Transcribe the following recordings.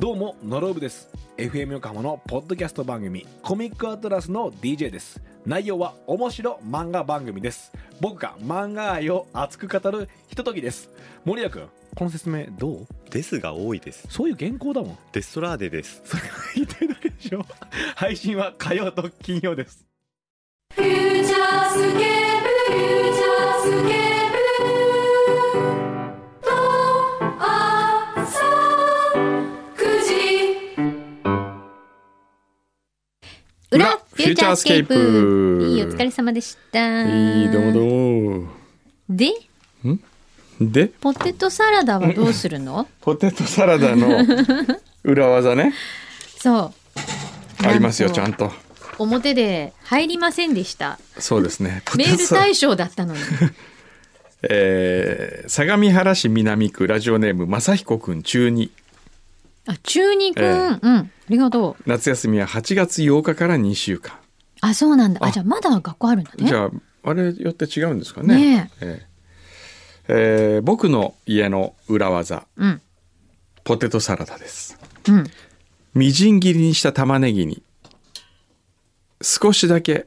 どうもノロブです FM 横浜のポッドキャスト番組コミックアトラスの DJ です内容は面白漫画番組です僕が漫画愛を熱く語るひとときです森谷君この説明どうですが多いです。そういう原稿だもんデストラーデです。それが言ってるだけでしょ配信は火曜と金曜ですフューチャースケープ、フューチャースケープ、と、朝九時。裏裏フューチャースケープフュいーチャースケープいお疲れ様でしたいいどうもどうもででポテトサラダはどうする のポテトサラダ の裏技ねそうありますよなちゃんとと表で入りませんでしたそうですねポメテートルサラ対象だったのにえー相模原市南区ラジオネーム正彦くん中2あ中二くん、ええうんありがとう夏休みは8月8日から2週間あそうなんだああじゃあまだ学校あるんだねじゃああれよって違うんですかねねえーえー僕の家の裏技うんポテトサラダですうんみじん切りにした玉ねぎに少しだけ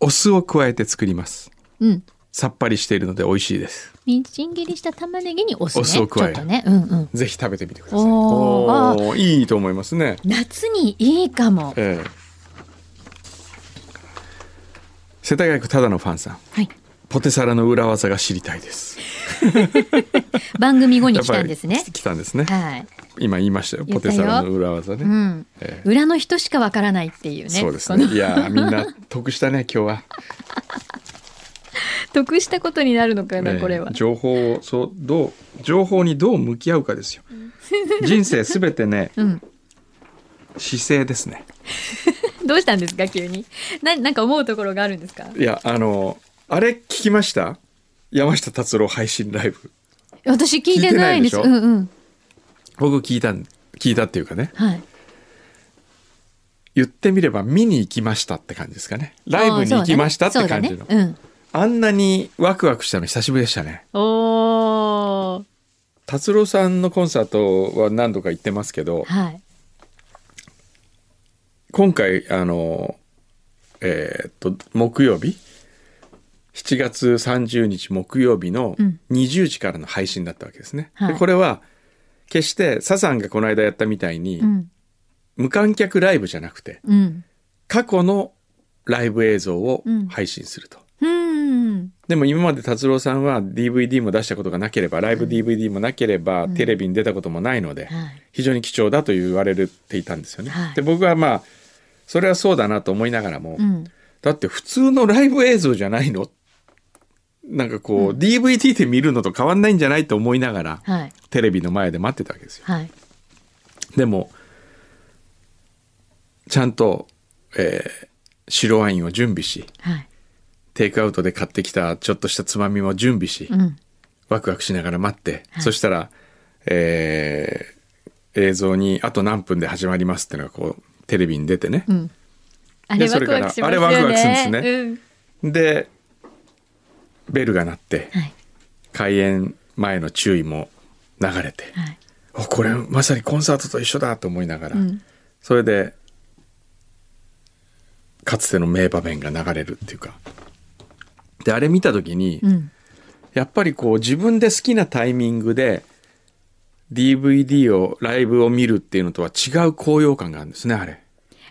お酢を加えて作りますうんさっぱりしているので美味しいですみじん切りした玉ねぎにお酢ねお酢を加えるちょっとねうんうんぜひ食べてみてくださいおーあおーいいと思いますね夏にいいかもええ世田谷区ただのファンさんはいポテサラの裏技が知りたいです番組後にやっ来ぱたりんですね来たんですねはい今言いましたよ言ポったテよサラの裏技ね、うんええ裏の人しかわからないっていうねそうですこねのいやーみんな得し たね今日は得したことになるのかな、ええこれは。情報をそうどう情報にどう向き合うか ですよ人生すべてねうん、姿勢ですねどうしたんですか急にななんか思うところがあるんですかいやあのあれ聞きました山下達郎配信ライブ私聞いてないんです聞いうんてなうん僕聞いたん聞いたっていうかねはい言ってみれば見に行きましたって感じですかねライブに行きましたって感じの、あーそうだねあんなにワクワクしたの久しぶりでしたそねうだねうん、おー達郎さんのコンサートは何度か行ってますけどはい今回あのえーっと木曜日7月30日木曜日のうん20時からの配信だったわけですね、はいでこれは決してサザンがこの間やったみたいに、うん無観客ライブじゃなくてうん過去のライブ映像を配信すると、うんでも今まで達郎さんは DVD も出したことがなければライブ DVD もなければ、うんテレビに出たこともないので、はい非常に貴重だと言われていたんですよね。はいで僕はまあそれはそうだなと思いながらも、うんだって普通のライブ映像じゃないのなんかこう、DVD で見るのと変わんないんじゃないと思いながらはいテレビの前で待ってたわけですよ。はいでもちゃんと、えー白ワインを準備しはいテイクアウトで買ってきたちょっとしたつまみも準備し、うんワクワクしながら待って、はいそしたら、えー映像に「あと何分で始まります」っていうのがこうテレビに出てね、うんあれでそワれクからワクしますよねあれワクワクするんですねうんでベルが鳴ってはい開演前の注意も流れて、はいおこれまさにコンサートと一緒だと思いながら、うんそれでかつての名場面が流れるっていうかであれ見た時に、うんやっぱりこう自分で好きなタイミングで DVD をライブを見るっていうのとは違う高揚感があるんですねあれ。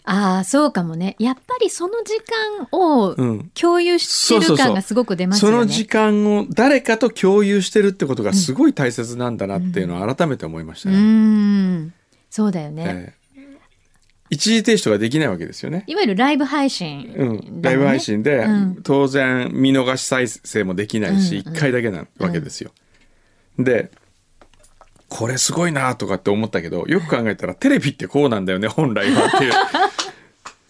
ああそうかもねやっぱりその時間をうん共有してる感がすごく出ますよそね、の時間を誰かと共有してるってことがすごい大切なんだなっていうのを改めて思いましたうね。ーんそうだよね、ええ一時停止とかできないわけですよね。いわゆるライブ配信だうもんね、ん、ライブ配信で、うん当然見逃し再生もできないし、うん1回だけなわけですよ。でこれすごいなとかって思ったけどよく考えたらテレビってこうなんだよね本来は っていう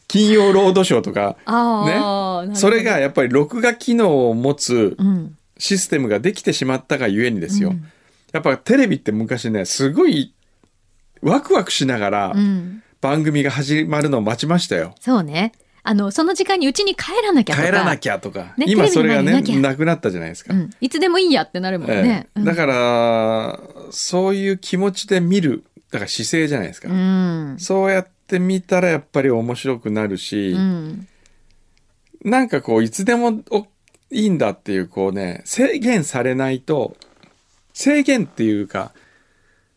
金曜ロードショーとか、ああ、ね、それがやっぱり録画機能を持つうんシステムができてしまったがゆえにですよ、うんやっぱテレビって昔ねすごいワクワクしながらうん番組が始まるのを待ちましたよ。そうねあのその時間にうちに帰らなきゃとか帰らなきゃとか、ね今それがテレビの前ねにいなきゃなくなったじゃないですか、うん、いつでもいいやってなるもんええね、うんだからそういう気持ちで見るだから姿勢じゃないですか、うん。そうやって見たらやっぱり面白くなるし、うん。なんかこういつでもおいいんだっていうこうね制限されないと制限っていうか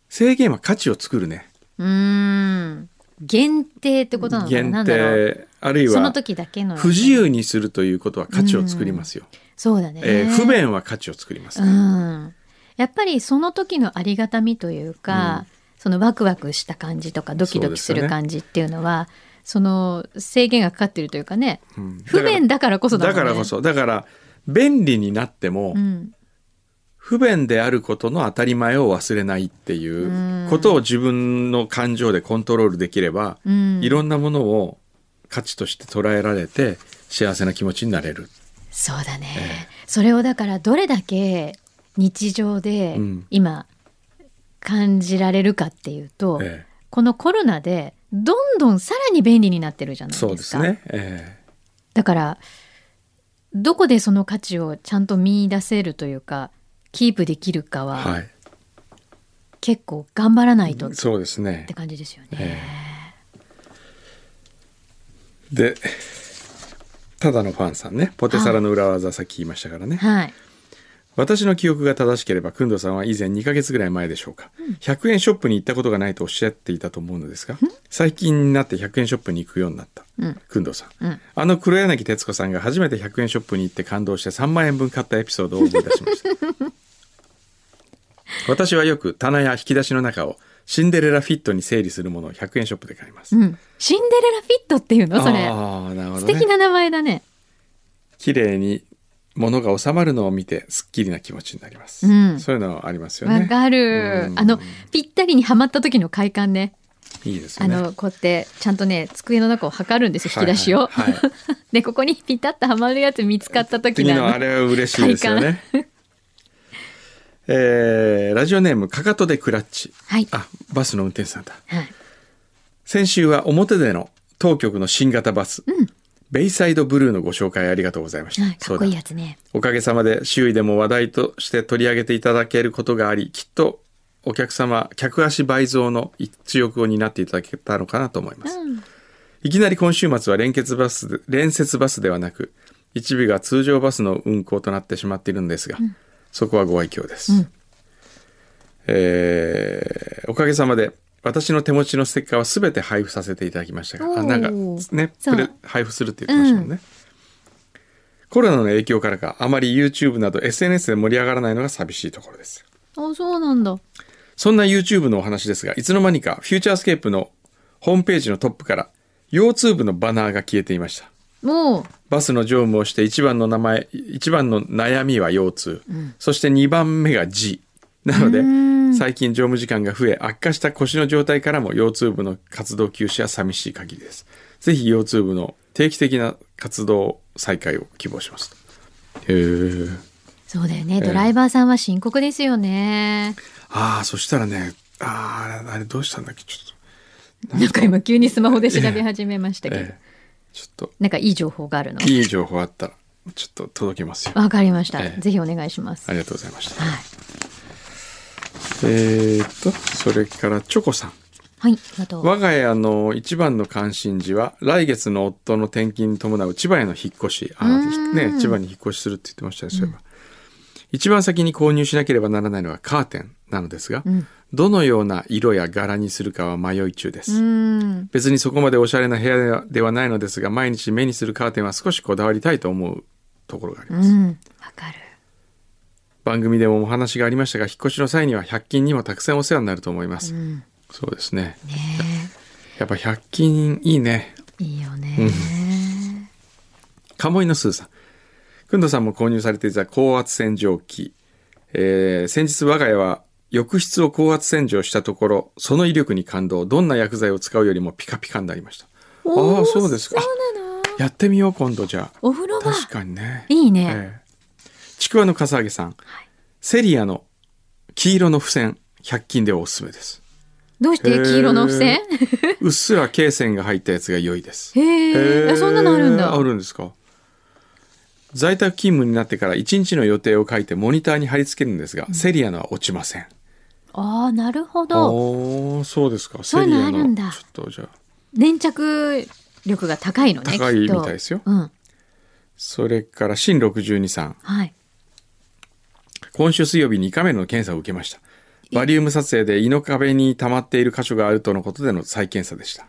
制限は価値を作るねうん。限定ってことなのかななん限だろう。定あるいそのは時だけの。不自。由にするということは価値を作りますよ、そうだね。えー不便は価値を作ります、うん。やっぱりその時のありがたみというか、そのワクワクした感じとかドキドキすそうでるすよね感じっていうのは、その制限がかかってるというかね、うん不便だからこそだもだんね。からこ。そだから便利になっても、うん。不便であることの当たり前を忘れないっていううんことを自分の感情でコントロールできれば、うん。いろんなものを価値として捉えられて幸せな気持ちになれる。そうだね、えそれをだからどれだけ日常でうん今感じられるかっていうと、えこのコロナでどんどんさらに便利になってるじゃなえいですかそうですね。えだからどこでその価値をちゃんと見出せるというかキープできるかえははい。結構頑張らないとっそうですねて。感じですよね。えで、ただのファンさんね、ポテサラの裏技さっき言いましたからね。はい、私の記憶が正しければ、くんどさんは以前2ヶ月ぐらい前でしょうか。100円ショップに行ったことがないとおっしゃっていたと思うのですが、最近になって100円ショップに行くようになった。うんくんどうさん。うんあの黒柳徹子さんが初めて100円ショップに行って感動して3万円分買ったエピソードを思い出しました 私はよく棚や引き出しの中をシンデレラフィットに整理するものを100円ショップで買います、うん、シンデレラフィットっていうのそれ、ああなるほ素ど、ね、敵な名前だね。綺麗に物が収まるのを見てすっきりな気持ちになります、うんそういうのはありますよわねかるう。んあの、ぴったりにはまった時の快感ね。いいですあよねの、こうやって、ちゃんとね、机の中を測るんですよ、引き出しを。 はいはいはいで、ここにピタッとはまるやつ見つかった時次なのあれは嬉しいですよね えーラジオネームかかとでクラッチはい。あバスの運転手さんだはい。先週は表での当局の新型バス、ベイサイドブルーのご紹介ありがとうございました、はいかっこいいそうだやつね。おかげさまで周囲でも話題として取り上げていただけることがありきっとお客様客足倍増の一翼を担っていただけたのかなと思います、うん。いきなり今週末は連結バスで、連接バスではなく、一部が通常バスの運行となってしまっているんですが、そこはご愛嬌です。えーおかげさまで、私の手持ちのステッカーはすべて配布させていただきましたが、あおーなんかね、そうプレ配布するって言ってましたもんね。コロナの影響からか、あまり YouTube など SNS で盛り上がらないのが寂しいところです。あ、そうなんだ。そんな YouTube のお話ですが、いつの間にかフューチャースケープのホームページのトップから、腰痛部のバナーが消えていました。もう、バスの乗務をして一番の名前、一番の悩みは腰痛。そして二番目が痔。なので、最近乗務時間が増え、悪化した腰の状態からも腰痛部の活動休止は寂しい限りです。ぜひ腰痛部の定期的な活動再開を希望します。へーそうだよね。ドライバーさんは深刻ですよね。ああ、そしたらね、ああ、あれどうしたんだっけ、ちょっなんか今急にスマホで調べ始めましたと。けど。ええちょっと、なんかいい情報があるの。いい情報あったら、ちょっと届けますよ。わかりました。ええぜひお願いします。あはい。りがとうございました。えーっと、それからチョコさん。はい、ありがとう。我が家の一番の関心事は、来月の夫の転勤に伴う千葉への引っ越し。あうーんひね、千葉に引っ越しするって言ってましたね、そういえば。一番先に購入しなければならないのはカーテンなのですが、んどのような色や柄にするかは迷い中です。うん。別にそこまでおしゃれな部屋ではではないのですが、毎日目にするカーテンは少しこだわりたいと思うところがあります。うん。わかる。番組でもお話がありましたが引っ越しの際には100均にもたくさんお世話になると思います、んそうですねねやっぱ100均いいねえ。いいよね。鴨居のスーさんくんどさんも購入されていた高圧洗浄機、えー先日我が家は浴室を高圧洗浄したところその威力に感動どんな薬剤を使うよりもピカピカになりましたああそうですかそうなの。やってみよう今度じゃあお風呂場。確かにねいいね。ええちくわのかさあげさん、セリアの黄色の付箋100均ではおすすめですどうしてへー黄色の付箋うっすら罫線が入ったやつが良いです。へえ。へーえそんなのあるんだ。あるんですか。在宅勤務になってから1日の予定を書いてモニターに貼り付けるんですが、セリアのは落ちません。ああなるほどああそうですかそういうのあるんだセリアのちょっとじゃあ粘着力が高いのね高いきっとみたいですようんそれから新62さんはい今週水曜日2回目の検査を受けましたバリウム撮影で胃の壁に溜まっている箇所があるとのことでの再検査でした、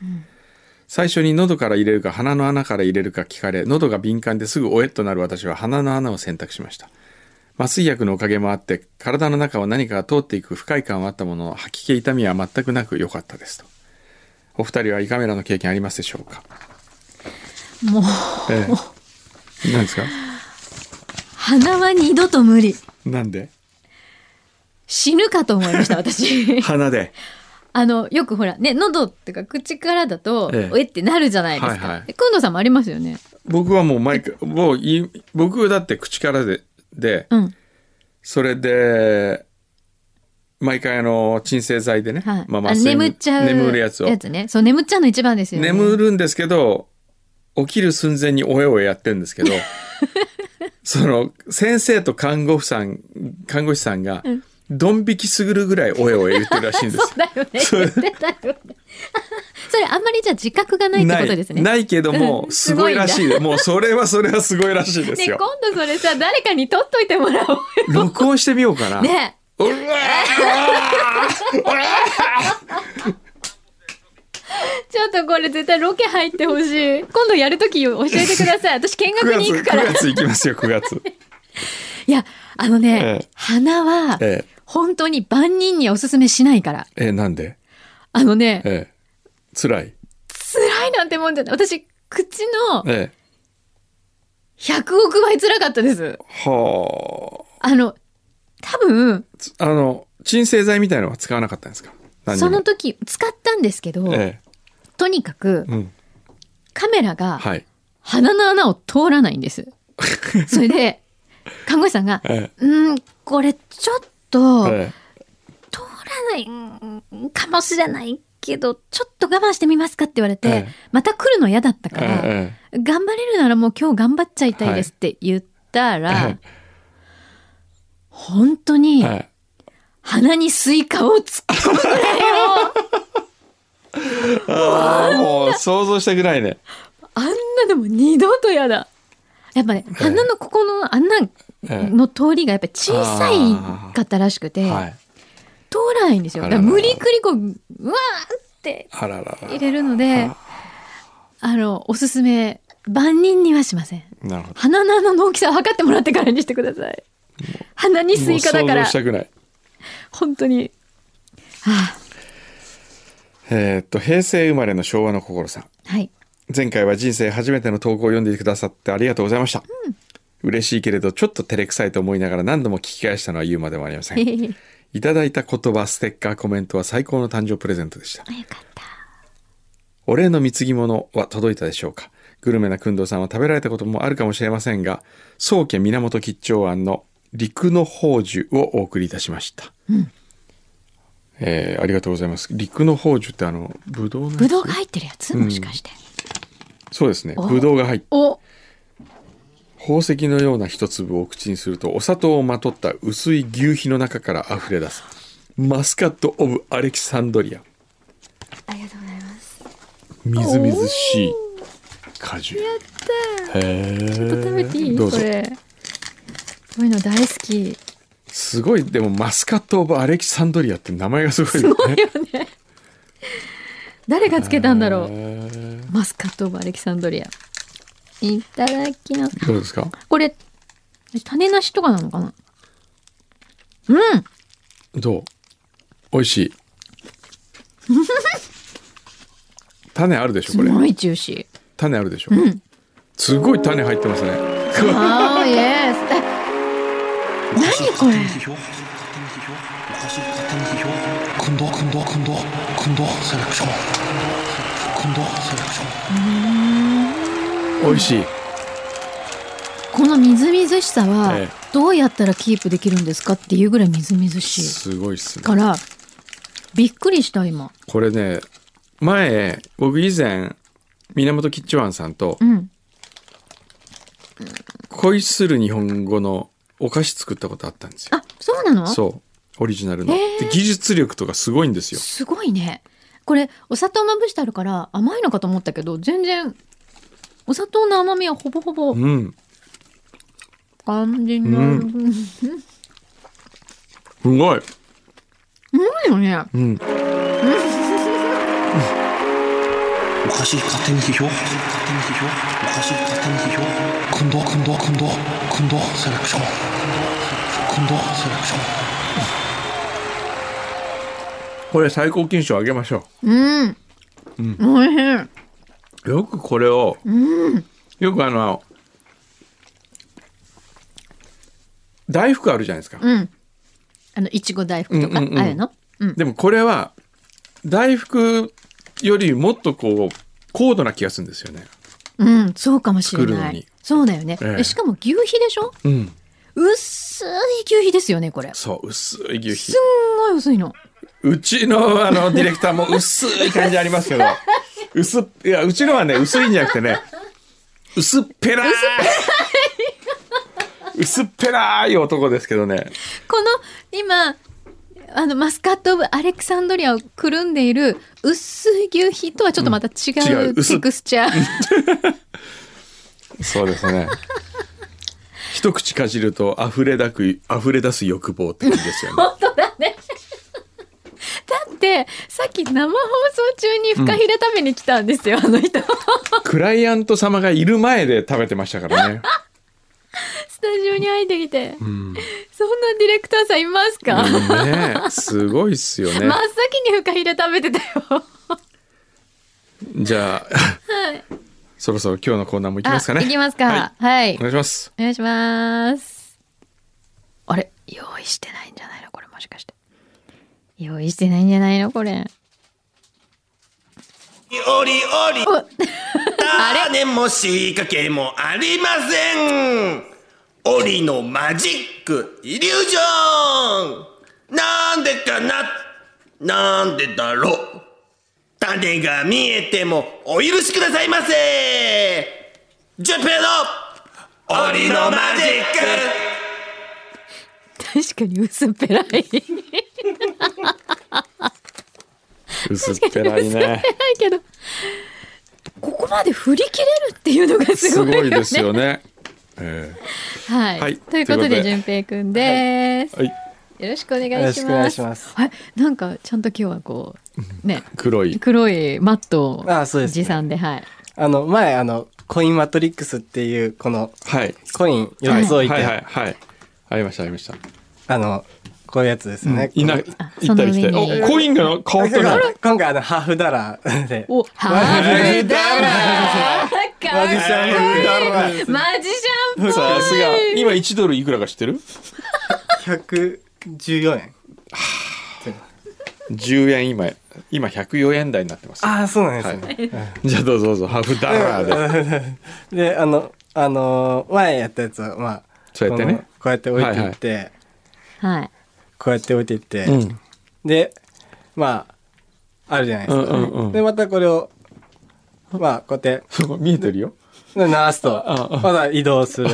最初に喉から入れるか鼻の穴から入れるか聞かれ喉が敏感ですぐおえっとなる私は鼻の穴を選択しました麻酔薬のおかげもあって体の中を何かが通っていく不快感はあったものの吐き気痛みは全くなく良かったですとお二人は胃カメラの経験ありますでしょうかもうええなんですか鼻は二度と無理なんで死ぬかと思いました 私鼻であのよくほらね喉っていうか口からだとええおえってなるじゃないですはいかはいえくんどさんもありますよね僕はもう毎回もうい僕だって口からでで、うんそれで毎回あの鎮静剤でね、はいまああ麻酔眠っちゃう眠るやつをねそう眠っちゃうの一番ですよね眠るんですけど起きる寸前におえおえやってるんです けどその先生と看護婦さん看護師さんがドン引きするぐらいおえおえ言ってるらしい んですそうだよね言ってたよね それあんまりじゃあ自覚がないってことですねないけども、うんすごいらしいでもうそれはそれはすごいらしいで ねす今よ。度それさ誰かに取っといてもらおう録音してみようかな。よねうわーうわ ちょっとこれ絶対ロケ入ってほし い今度やるとき教えてください私見ー学に行9く から月、9月行きますよ、9月。いやあのね、ええ花はえ本当に万人にはおすすめしないからえ、えなんであのねええ、辛い。辛いなんてもんじゃない私口のええ、 100億倍辛かったですはあの多分あつ。あの、鎮静剤みたいのは使わなかったんですか何にそもの時使ったんですけど、えとにかくえ、うん。カメラがはい。鼻の穴を通らないん です。それで看護師さんがえ「うんこれちょっとえ、通えらないうんかもしれないけどちょっと我慢してみますか?」って言われて、ええまた来るの嫌だったえ、から、え頑張れるならもう今日頑張っちゃいたいですって言ったら、はい本当え、にはい。鼻にスイカを突っ込むぐらいよああ、もう想像したくないね。あんなでも二度と嫌だやっぱね鼻のここの穴えの通りがやっぱり小さいかったらしくて、え、はい。通らないんですよあだらからら無理くりこううわーってあららら。入れるのであのおすすめ万人にはしませんなるほど。鼻の穴の大きさを測ってもらってからにしてください鼻にスイカだかもう想像らしたくない。本当にはえーっと、平成生まれの昭和の心さん。あはい前回は人生初めての投稿を読んでくださってありがとうございました、嬉しいけれどちょっと照れくさいと思いながら何度も聞き返したのは言うまでもありま せんよいただいた言葉ステッカーコメントは最高の誕生プレゼントでしたかったお礼の貢ぎ物は届いたでしょうかグルメな工藤さんは食べられたこともあるかもしれませんが宗家源吉兆庵の陸の宝珠をお送りいたしました、えーありがとうございます陸の宝珠ってあのぶどうのやつぶどうが入ってるやつもしかして、そうですねおぶどうが入ってお宝石のような一粒をお口にするとお砂糖をまとった薄い牛皮の中から溢れ出すマスカット・オブ・アレキサンドリアありがとうございますみずみずしい果汁へえちょっと食べていいどうこぞれこういうの大好きすごいでもマスカット・オブ・アレキサンドリアって名前がすごいよね誰がつけたんだろうへえマスカットオブアレキサンドリアいただきますどうですかこれ種なしとかなのかなどう美味し い種あるでしょすこれごいジューシ種あるでしょ、すごい種入ってますねーああイエス何これくんどくんどくんどくんどセレクションくんどセレクション美味しいこのみずみずしさえはえどうやったらキープできるんですかっていうぐらいみずみずしすごいっすいねからびっくりした今これね前僕以前源吉兆庵さんとうん恋する日本語のお菓子作ったことあったんですよ。あそうなのそうオリジナルの、で技術力とかすごいんですよすごいねこれお砂糖まぶしてあるから甘いのかと思ったけど全然お砂糖の甘みはほぼほぼうん感じになる、う、うんうすごいまいよねうんおかしい勝手に批評おかしい勝手に批評おかしい勝手に批評くんどくんどくんどくんどセレクションくんどセレクションこれ最高金賞あげましょうん、おいしいうよくこれを、よくあの大福あるじゃないですか、うんあのいちご大福とか、うんうんうんああいうのうんでもこれは大福よりもっとこう高度な気がするんですよねうんそうかもしれ作るなのいにそうだよね、えええしかも牛皮でしょうん薄い牛皮ですよねこれすそう薄い牛皮んごい薄いのうちのあのディレクターも薄い感じありますけど薄っいやうちのはね薄いんじゃなくてね薄っぺらい薄っぺらい男ですけどねこの今あのマスカット・オブ・アレクサンドリアをくるんでいる薄い牛皮とはちょっとまた違うん違うう薄テクスチャー、そうですね一口かじると溢れだく溢れ出す欲望って感じですよ ね本当だねだってさっき生放送中にフカヒレ食べに来たんですよ、あの人クライアント様がいる前で食べてましたからねスタジオに入ってきて、そんなディレクターさんいますか、 真っねえすごいっすよね、先にフカヒレ食べてたよじゃあ、そろそろ今日のコーナー もいきますかねあいきますかはいはい、お願いしますお願いしますあれ用意してないんじゃないのこれもしかして用意してないんじゃないのこれおりおりお種も仕掛けもありませんオリのマジックイリュージョンなんでかななんでだろう種が見えてもお許しくださいませジュンペイのオリのマジック確かに薄っぺらい薄っぺらいねないけどここまで振り切れるっていうのがすすごいよごねいですよね、え はい、はいということというでことで淳平くんです、えはいよろしくお願いしますよろしくお願いしますはいなんかちゃんと今日はこうね黒い黒いマットあそうをですね持参ではいあの前あのコインマトリックスっていうこのはいコインは4いつ置いて、はいはいはいありましたありましたあのこういうやつですね。いなこ行うそのった上りにしておコインが変わったね今回あのハーフダラーでおハーフダラーマジシャかンっこいいダラーマジシャンっぽいさすが今1ドルいくらか知ってる114円。 10円今今104円台になってますああそうなんですね。じゃあどうぞどうぞハーフダラーでであのあの前やったやつはまあそうやってねこのこうやって置いていって、はいこうやって置いていって、うんでまああるじゃないでうすんか。うんうんでまたこれをまあこうやって そこ見えてるよ回すとまだ移動する。で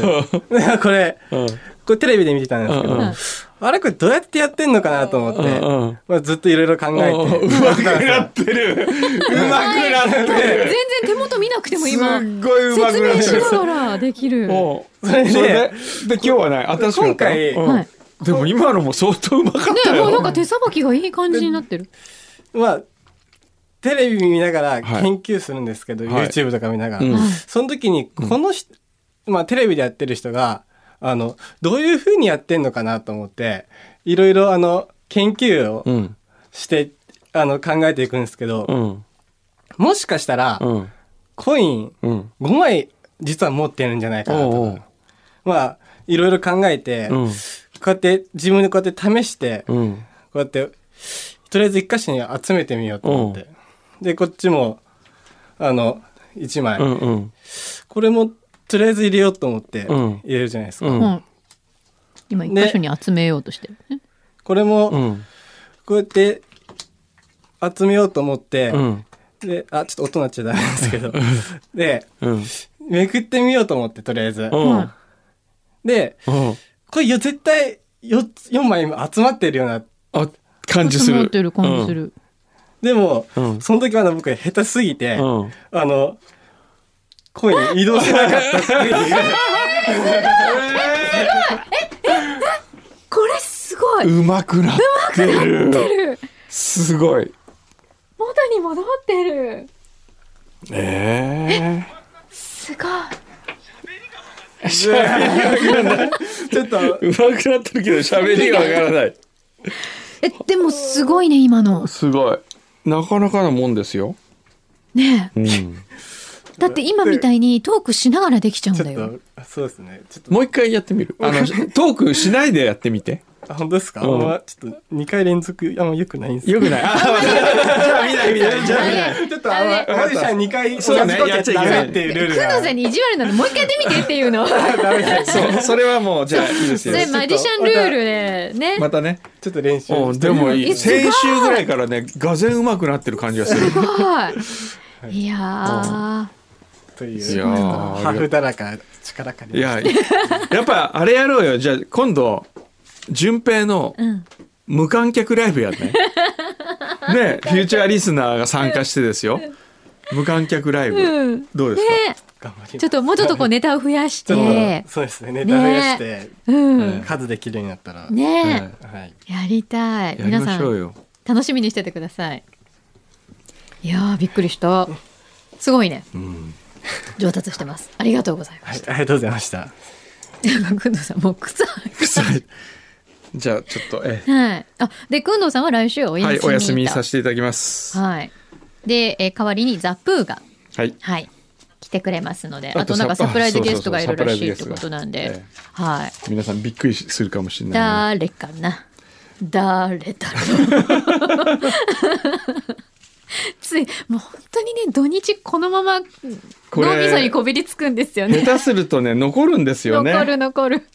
これうんこれテレビで見てたんですけど、うんうんあれこれどうやってやってんのかなと思って、うんうんまあ、ずっといろいろ考えおてうまくなって るうまくなって全る然手元見なくても今すっごいうまく説なっ明てしるながらできるはおうそれでそれでで今日はね新しくなったの今回うんいでも今のも相当うまかったねもうなんよか手さばきがいい感じになってるまあテレビ見ながらはい研究するんですけど、はい YouTube とか見ながうら、んその時にこの人、まあ、テレビでやってる人があのどういうふうにやってんのかなと思っていろいろあの研究をうんして、あの考えていくんですけど、うんもしかしたら、うんコインうん5枚実は持ってるんじゃないかなとかおうおうまあいろいろ考えて、うんこうやって自分でこうやって試して、こうんうやってとりあえず一箇所に集めてみようと思って、でこっちもあの1枚、うんうんこれもとりあえず入れようと思ってうん入れるじゃないですか、ううんん今一箇所に集めようとしてるねこれもうんこうやって集めようと思って、うんであちょっと音なっちゃダメですけどでうんめくってみようと思ってとりあえず、うんでうんこれよ絶対 4, 4枚今集まってるよなあ感じす持っるてる感じする。でも、うんその時はあの僕下手すぎて、うんうんあの、声に移動しなかったっていう。これすごいうんうまくなってるすごい元に戻ってるえすごい ちょっと、えうまくなってるけど喋りがわからないえ、でもすごいね、今の。すごいなかなかなもんですよねえうん、だって今みたいにトークしながらできちゃうんちだょよ。っと、そうですね。ちょっもう一回やってみるあのトークしないでやってみてと、あ本当ですか、うんまあちょっと2回連続、あんま良くないんですよくないあじゃあちょっとあんま、マジシャン2回同じことやっちゃいけないっていうルール久野さんに意地悪なのもう一回やってみてっていうの。そが。ダメだよそうそれはもうじゃあいいですよれマジシャンルールで、ね。またねちょっと練習うしんてでもいいすごい先週ぐらいからねがぜんうまくなってる感じがするすごい。いやー。といいやう。ーハーフだらか、力かいり。や、やっぱあれやろうよ。じゃあ今度、順平のん無観客ライブやんね。ねフューチャーリスナーが参加してですよ。無観客ライブ。うん。どうですか、ね頑張りますちょっともうちょっとこうネタを増やしちょっと、て。そうですね。ネタ増やして、うん。数できるようになったら。ねはい。え。やりたい。やり皆まさ、しょうんよ。楽しみにしててください。いやー、びっくりした。すごいね。上達してます。ありがとうございまはいす。ありがとうございました。 くんどうさん、もう草。じゃあちょっと、えはい。あ、で、くんどうさんは来週おえ、休はみい、お休みさせせていただきます。はい。で、えー代わりにザ・プーが、はい。はい、来てくれますので、とあとなんかサプライズサプゲストがいるらしいってそうそうそこうとなんサプライでズゲ、はい。皆さんびっくりするかもしれない誰かな誰だろ うついもう本当にね土日このままこれ脳みそにこびりつくんですよね。ね 下手するとね、残るんですよね。残る残る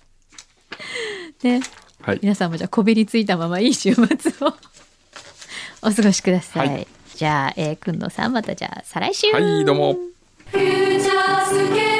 ねはい。皆さんもじゃあこびりついたままいい週末を お過ごしください、はいじゃあ、えー、くんのさんまたじゃあ再来週はい、どうも。フューチャースケープ